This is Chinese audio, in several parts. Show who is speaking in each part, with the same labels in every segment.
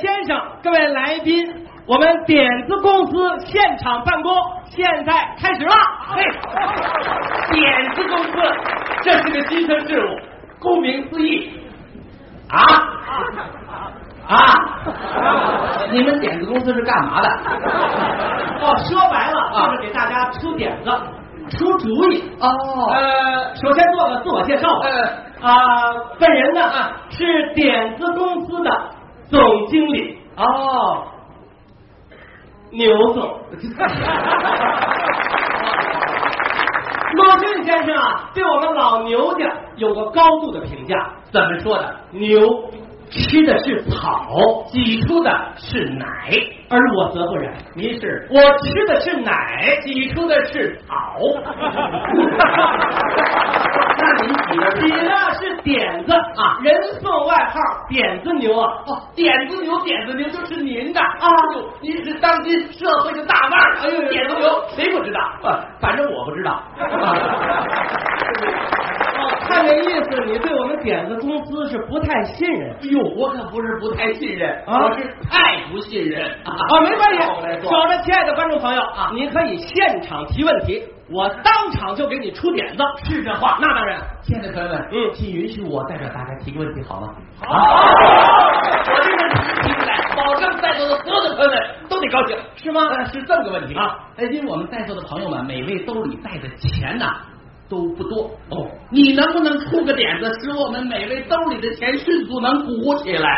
Speaker 1: 先生，各位来宾，我们点子公司现场办公现在开始了。嘿，
Speaker 2: 点子公司，这是个吉祥事物，顾名思义。
Speaker 1: 啊
Speaker 2: 啊！你们点子公司是干嘛的？
Speaker 1: 哦，说白了就是给大家出点子、出主意。
Speaker 2: 哦，
Speaker 1: 呃，首先做个自我介绍吧。
Speaker 2: 呃，
Speaker 1: 啊，本人呢啊是点子公司的总经理
Speaker 2: 哦，
Speaker 1: 牛 总。鲁迅先生啊，对我们老牛家有个高度的评价。
Speaker 2: 怎么说的？
Speaker 1: 牛吃的是草，
Speaker 2: 挤出的是奶，
Speaker 1: 而我则不然，
Speaker 2: 您是
Speaker 1: 我吃的是奶，
Speaker 2: 挤出的是 草。
Speaker 1: 那
Speaker 2: 您挤的
Speaker 1: 你
Speaker 2: 是
Speaker 1: 那是点子啊！人送外号“点子牛”啊！
Speaker 2: 哦，点子牛，点子牛就是您的
Speaker 1: 啊
Speaker 2: 呦您是当今社会的大腕儿，哎呦，点子牛谁不知道？啊，反正我不知道。啊
Speaker 1: 哦，看这意思，你对我们点子公司是不太信任
Speaker 2: 哎呦，我可不是不太信任，
Speaker 1: 啊
Speaker 2: 我是太不信任啊
Speaker 1: 啊！没关系
Speaker 2: 我来，说，
Speaker 1: 守着亲爱的观众朋友啊，您可以现场提问题，我当场就给你出点子。
Speaker 2: 是这话。
Speaker 1: 那当然，
Speaker 2: 亲爱的朋友们，
Speaker 1: 嗯
Speaker 2: 请允许我代表大家提个问题好吗？
Speaker 1: 好
Speaker 2: 我这个问题提出来，保证在座的所有的朋友们都得高兴，是吗？呃、是这么个问题
Speaker 1: 啊。
Speaker 2: 哎，因为我们在座的朋友们，每位兜里带的钱呐、都不多哦，你能不能出个点子，使我们每位兜里的钱迅速能鼓起 来？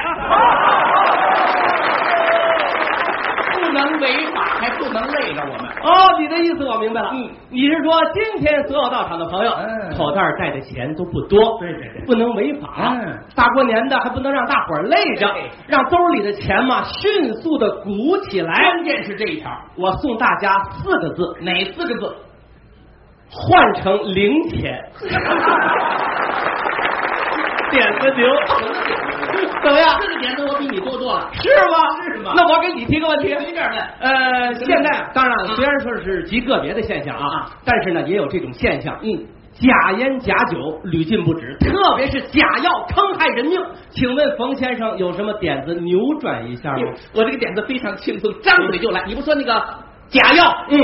Speaker 2: 不能违法，还不能累着我们。
Speaker 1: 哦，你的意思我明白了。
Speaker 2: 嗯，
Speaker 1: 你是说今天所有到场的朋友，
Speaker 2: 嗯
Speaker 1: 口袋带的钱都不多，
Speaker 2: 对对对
Speaker 1: 不能违法。
Speaker 2: 嗯，
Speaker 1: 大过年的还不能让大伙儿累着
Speaker 2: 对，
Speaker 1: 让兜里的钱嘛迅速的鼓起来。
Speaker 2: 关键是这一条，
Speaker 1: 我送大家四个字，
Speaker 2: 哪四个字？
Speaker 1: 换成零 钱。点子牛，怎么样？
Speaker 2: 四个点子我比你多多了。
Speaker 1: 是吗？
Speaker 2: 是吗
Speaker 1: 那我给你提个问题，
Speaker 2: 随便问。
Speaker 1: 呃，现在当然了
Speaker 2: 啊
Speaker 1: 虽然说是极个别的现象啊
Speaker 2: 啊，
Speaker 1: 但是呢也有这种现象，嗯，假烟假酒屡禁不止，特别是假药坑害人命。请问冯先生有什么点子扭转一下吗？
Speaker 2: 我这个点子非常轻松，张嘴就来。你不说那个假药
Speaker 1: 嗯，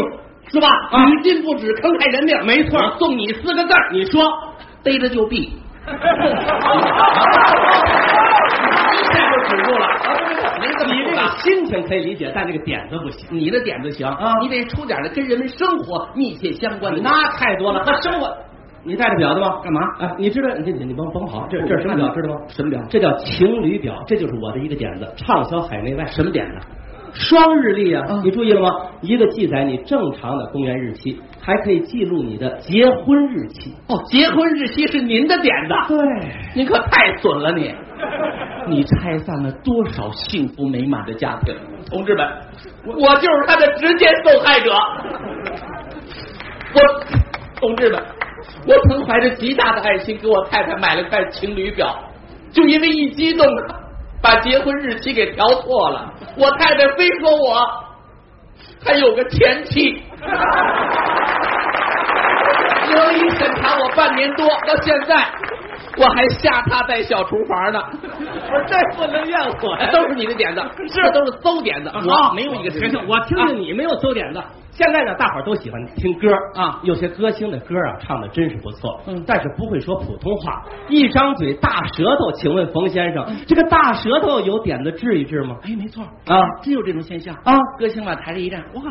Speaker 2: 是吧？
Speaker 1: 啊
Speaker 2: 屡禁不止，坑害人命。
Speaker 1: 没错
Speaker 2: 我送你四个字儿，
Speaker 1: 你说
Speaker 2: 逮着就毙。
Speaker 1: 啊
Speaker 2: 一下就止住了。您这么
Speaker 1: 你这个啊
Speaker 2: 说
Speaker 1: 心情可以理解，但这个点子不行。
Speaker 2: 你的点子行
Speaker 1: 啊
Speaker 2: 你得出点儿来跟人们生活密切相关的。
Speaker 1: 那太多了，和生活。你带着表的吗？
Speaker 2: 干嘛
Speaker 1: 啊，你知道，你你你帮帮好，这这是什么表知道吗？
Speaker 2: 什么表
Speaker 1: 这叫情侣表，这就是我的一个点子，畅销海内外。
Speaker 2: 什么点子？
Speaker 1: 双日历啊，
Speaker 2: 嗯
Speaker 1: 你注意了吗？一个记载你正常的公元日期，还可以记录你的结婚日期。
Speaker 2: 哦，结婚日期是您的点子，
Speaker 1: 对，
Speaker 2: 您可太损了你！你拆散了多少幸福美满的家庭，同志们，我就是他的直接受害者。我，同志们，我曾怀着极大的爱心给我太太买了块情侣表，就因为一激动，把结婚日期给调错了。我太太非说我还有个前妻。刘医审查我半年多，到现在我还吓他在小厨房呢。
Speaker 1: 不是这不能怨我
Speaker 2: 都是你的点子，
Speaker 1: 是
Speaker 2: 这都是馊点子，我没有一个
Speaker 1: 行啊哦行，我听听你没有馊点子。现在呢，大伙儿都喜欢听歌
Speaker 2: 啊
Speaker 1: 有些歌星的歌啊，唱的真是不错，
Speaker 2: 嗯
Speaker 1: 但是不会说普通话，一张嘴大舌头。请问冯先生，这个大舌头有点子治一治吗？
Speaker 2: 哎，没错
Speaker 1: 啊
Speaker 2: 真有这种现象
Speaker 1: 啊
Speaker 2: 歌星往台上一站，哇，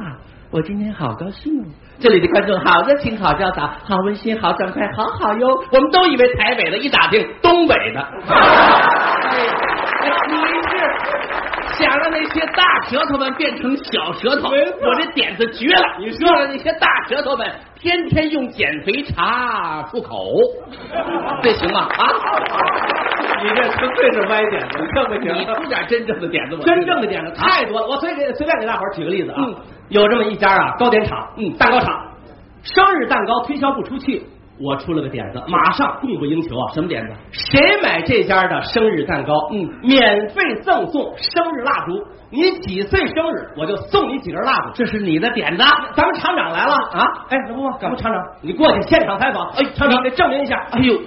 Speaker 2: 我今天好高兴哦！这里的观众好热情、好潇洒、好温馨、好爽快、好好哟！我们都以为台北的，一打听东北 的。哎哎你是想让那些大舌头们变成小舌头？
Speaker 1: 没错
Speaker 2: 我这点子绝了！
Speaker 1: 你说
Speaker 2: 说让那些大舌头们天天用减肥茶漱口， 这行吗？啊，
Speaker 1: 你这纯粹是歪点子，这不
Speaker 2: 你出点真正的点子，我啊
Speaker 1: 真正的点子太多了，我随给随便给大伙儿举个例子啊，
Speaker 2: 嗯
Speaker 1: 有这么一家啊糕点厂，
Speaker 2: 嗯
Speaker 1: 蛋糕厂，生日蛋糕推销不出去，我出了个点子，马上供不应求啊！
Speaker 2: 什么点子？
Speaker 1: 谁买这家的生日蛋糕，
Speaker 2: 嗯
Speaker 1: 免费赠送生日蜡烛，你几岁生日我就送你几根蜡烛。啊
Speaker 2: 这是你的点子。
Speaker 1: 咱们厂长来了啊！哎，不不，咱们厂长，你过去现场采访。哎，厂长，
Speaker 2: 你
Speaker 1: 得证明一下。
Speaker 2: 哎呦，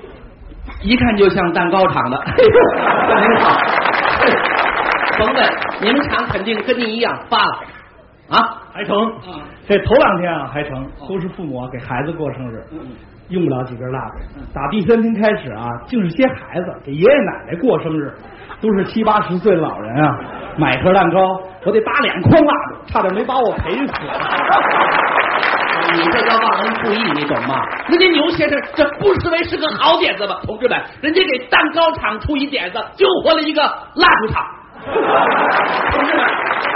Speaker 2: 一看就像蛋糕厂的。哎呦，您好。
Speaker 1: 甭问，你们厂肯定跟你一样发了啊！
Speaker 3: 还成
Speaker 1: 嗯。
Speaker 3: 这头两天啊还成
Speaker 1: 哦，
Speaker 3: 都是父母啊给孩子过生日
Speaker 1: 嗯嗯，
Speaker 3: 用不了几根蜡烛。打第三天开始啊，竟是些孩子给爷爷奶奶过生日，都是七八十岁的老人啊，买盒蛋糕，我得打两筐蜡烛，差点没把我赔死。
Speaker 2: 啊你这叫忘恩负义，你懂吗？人家牛先生这不失为是个好点子吧，同志们，人家给蛋糕厂出一点子，救活了一个蜡烛 厂。同志们，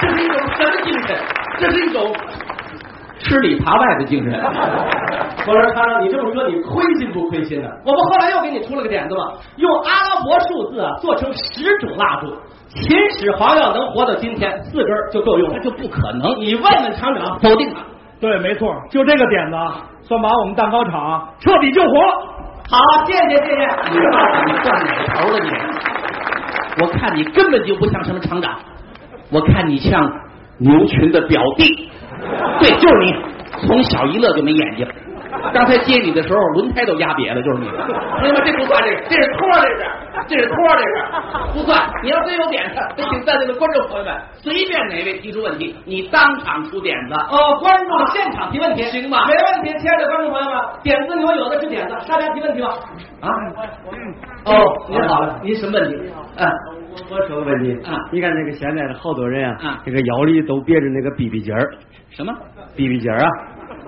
Speaker 2: 这是一种什么精神？这是一种吃里扒外的精 神。
Speaker 1: 我说他让你这么说，你亏心不亏心呢、我们后来又给你出了个点子嘛，用阿拉伯数字啊做成十种蜡烛。秦始皇要能活到今天，四根儿就够用了
Speaker 2: 那。就不可能，
Speaker 1: 你问问厂长，
Speaker 2: 否定他。
Speaker 3: 对，没错，就这个点子啊，算把我们蛋糕厂啊彻底救活了。
Speaker 1: 好，谢谢谢谢。
Speaker 2: 你到底断哪头了你？我看你根本就不像什么厂长，我看你像牛群的表弟。对，就是你，从小一乐就没眼睛。刚才接你的时候，轮胎都压瘪了，就是你。朋友们，这不算这个，这是托儿，这是，这是托儿，这是不算。你要真有点子，得请在座的观众朋友们随便哪位提出问题，你当场出点子。
Speaker 1: 哦，观众现场提问题，
Speaker 2: 行吧
Speaker 1: 没问题，亲爱的观众朋友们，点子你们有的是点子，大家提问题吧。
Speaker 2: 啊，
Speaker 1: 哦，您好
Speaker 2: 了，您什么问题？嗯、
Speaker 4: 我说个问题
Speaker 2: 啊
Speaker 4: 你看那个现在的好多人啊
Speaker 2: 啊，
Speaker 4: 这个腰里都别着那个 BB 筋儿
Speaker 2: 什么？
Speaker 4: ，BB 筋儿啊，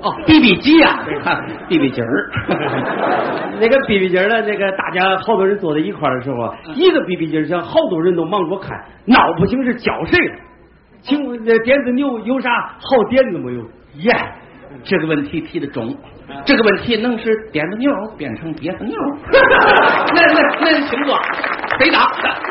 Speaker 2: 哦，比比鸡呀、看比比鸡儿，
Speaker 4: 那个 BB 筋儿呢，那个大家好多人坐在一块儿的时候啊，
Speaker 2: 嗯
Speaker 4: 一个 BB 筋儿上好多人都忙着看，闹不清是叫谁了。请问那点子牛有啥好点子没有？
Speaker 2: 耶、这个问题提的中，这个问题弄是点子妞儿变成别子妞儿， 那那那请坐，谁挡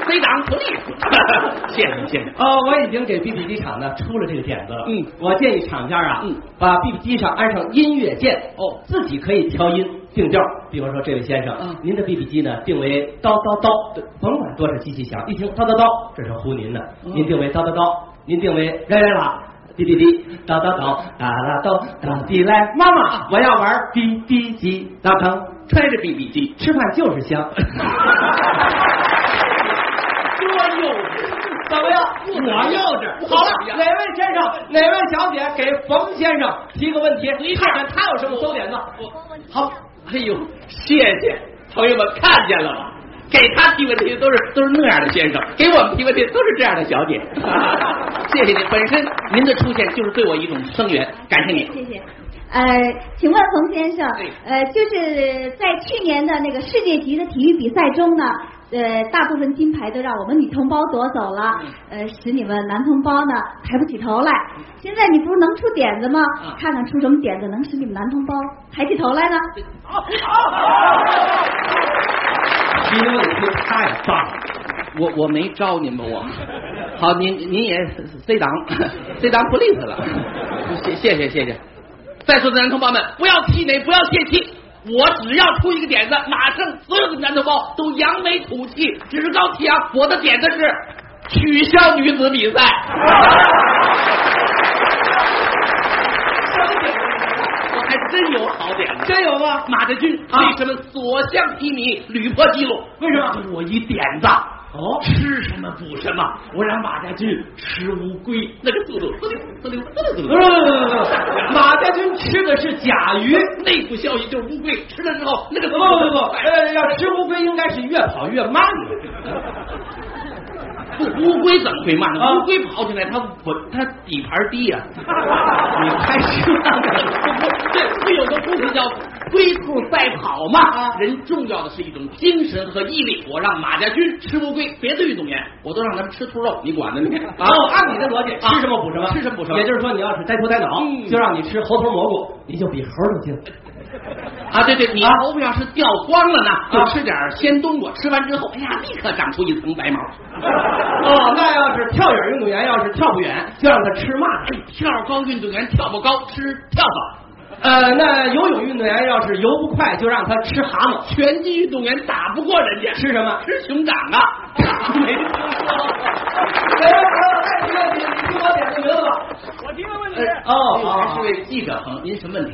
Speaker 2: 谁挡同意， 谢谢谢谢。
Speaker 1: 哦，我已经给 B B 机厂呢出了这个点子了。
Speaker 2: 嗯，
Speaker 1: 我建议厂家啊，
Speaker 2: 嗯，
Speaker 1: 把 B B 机上安上音乐键，
Speaker 2: 哦，
Speaker 1: 自己可以调音定调。比方说，这位先生，
Speaker 2: 嗯
Speaker 1: 您的 B B 机呢定为叨叨叨，甭管多少机器响，一听叨叨叨，这是呼您的，
Speaker 2: 嗯
Speaker 1: 您定为叨叨叨，您定为来来啦。滴滴滴，叨叨叨，哒啦叨，哒滴来，妈
Speaker 2: 啊
Speaker 1: 妈，我要玩滴滴机，大成，
Speaker 2: 揣着比比鸡，
Speaker 1: 吃饭就是香。
Speaker 2: 多幼稚！
Speaker 1: 怎么样？
Speaker 2: 不怎么
Speaker 1: 我
Speaker 2: 样
Speaker 1: 幼稚。
Speaker 2: 不
Speaker 1: 好了
Speaker 2: 怎么，样
Speaker 1: 哪位先生、哪位小姐给冯先生提个问题，看看他有什么馊点子。
Speaker 2: 好，哎呦，谢谢朋友们看见了吗？给他提问题的都是都是那样的先生，给我们提问题的都是这样的小姐。 谢谢您，本身您的出现就是对我一种声援，感谢您。
Speaker 5: 谢谢。呃，请问冯先生
Speaker 2: 对，
Speaker 5: 呃，就是在去年的那个世界级的体育比赛中呢，呃，大部分金牌都让我们女同胞夺走了，
Speaker 2: 嗯
Speaker 5: 呃，使你们男同胞呢抬不起头来。现在你不是能出点子吗？
Speaker 2: 啊
Speaker 5: 看看出什么点子能使你们男同胞抬起头来呢？
Speaker 1: 提的问题太棒了。
Speaker 2: 我我没招您吧我。好，您您也 C 档 C 档 police 了，谢谢谢谢谢。在座的男同胞们，不要气馁，不要泄气。我只要出一个点子，马上所有的男同胞都扬眉吐气，只是高气啊！我的点子是取消女子比赛。我还真有好点子，真有吗？马家军为什么所向披靡，屡破纪录？
Speaker 3: 为什么？我一点子，
Speaker 2: 哦，吃什么补什么，我让马家军吃乌龟，那个速度，滋溜滋溜滋溜滋
Speaker 1: 不
Speaker 2: 溜
Speaker 1: 不，不不不，马家军吃的是甲鱼。
Speaker 2: 内部效益就是乌龟吃了之后，那个
Speaker 1: 不
Speaker 2: 速
Speaker 1: 不
Speaker 2: 度
Speaker 1: 不不，呃，要吃乌龟应该是越跑越慢的。
Speaker 2: 不乌龟怎么会慢呢？
Speaker 1: 啊
Speaker 2: 乌龟跑起来，它稳，它底盘低呀、
Speaker 1: 你开始慢了。
Speaker 2: 对，不有个故事叫龟兔赛跑
Speaker 1: 啊
Speaker 2: 嘛？人重要的是一种精神和毅力。我让马家军吃乌龟，别的运动员我都让他们吃兔肉，你管呢你？
Speaker 1: 啊，我按你的逻辑，吃什么补什么，
Speaker 2: 啊吃什么补什么
Speaker 1: 也就是说，你要是呆头呆脑
Speaker 2: 嗯，
Speaker 1: 就让你吃猴头蘑菇，你就比猴都精。
Speaker 2: 啊，对对，你
Speaker 1: 啊
Speaker 2: 头发要是掉光了呢，就
Speaker 1: 啊
Speaker 2: 吃点儿鲜冬瓜，吃完之后，哎呀，立刻长出一层白毛。
Speaker 1: 哦，那要是跳远运动员要是跳不远，就让他吃蚂蚱。
Speaker 2: 跳高运动员跳不高，吃跳蚤；
Speaker 1: 呃，那游泳运动员要是游不快，就让他吃蛤蟆。
Speaker 2: 拳击运动员打不过人家，
Speaker 1: 吃什么？
Speaker 2: 吃熊掌啊！没听说。
Speaker 1: 哎哎哎，你你听我点子名字吧。
Speaker 3: 我提个问
Speaker 1: 哦
Speaker 2: 哎还
Speaker 1: 哦
Speaker 2: 是位记者朋友，您什么问题？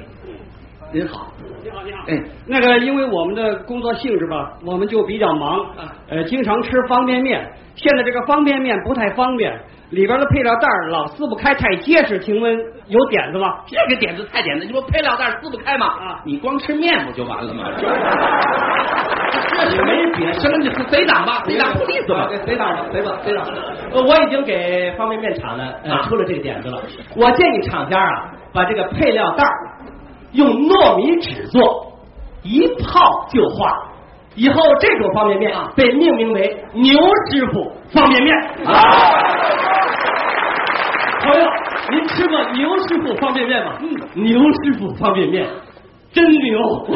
Speaker 2: 您好，
Speaker 3: 你好，你好。
Speaker 1: 哎
Speaker 2: 嗯
Speaker 4: 那个因为我们的工作性质吧，我们就比较忙
Speaker 2: 啊，
Speaker 4: 呃，经常吃方便面。现在这个方便面不太方便，里边的配料袋儿老撕不开，太结实。请问有点子吗？
Speaker 2: 这个点子太简单，你不配料袋撕不开吗？啊，你光吃面不就完了吗？这是没别什么，你是贼党吧？贼党不利索吧？
Speaker 1: 对，谁打吧，谁吧，谁打吧。呃我已经给方便面厂呢、呃
Speaker 2: 啊
Speaker 1: 出了这个点子了。我建议厂家啊，把这个配料袋儿用糯米纸做，一泡就化。以后这种方便面啊，被命名为牛师傅方便面。朋友，您吃过牛师傅方便面吗？嗯，牛师傅方便面真牛。哎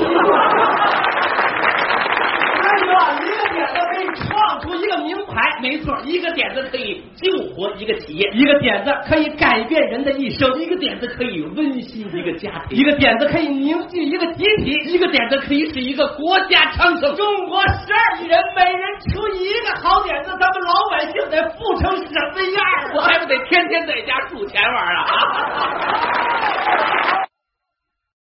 Speaker 1: 呀，一个点子可以创出一个名牌，
Speaker 2: 没错，一个点子可以救活一个企业，
Speaker 1: 一个点子可以改变人的一生，
Speaker 2: 一个点子可以温馨一个家庭，
Speaker 1: 一个点子可以凝聚一个集体，
Speaker 2: 一个点子可以使一个国家昌盛。
Speaker 1: 中国十二亿人，每人出一个好点子，咱们老百姓得富成什么样
Speaker 2: 我
Speaker 1: 啊？
Speaker 2: 还不得天天在家数钱玩啊？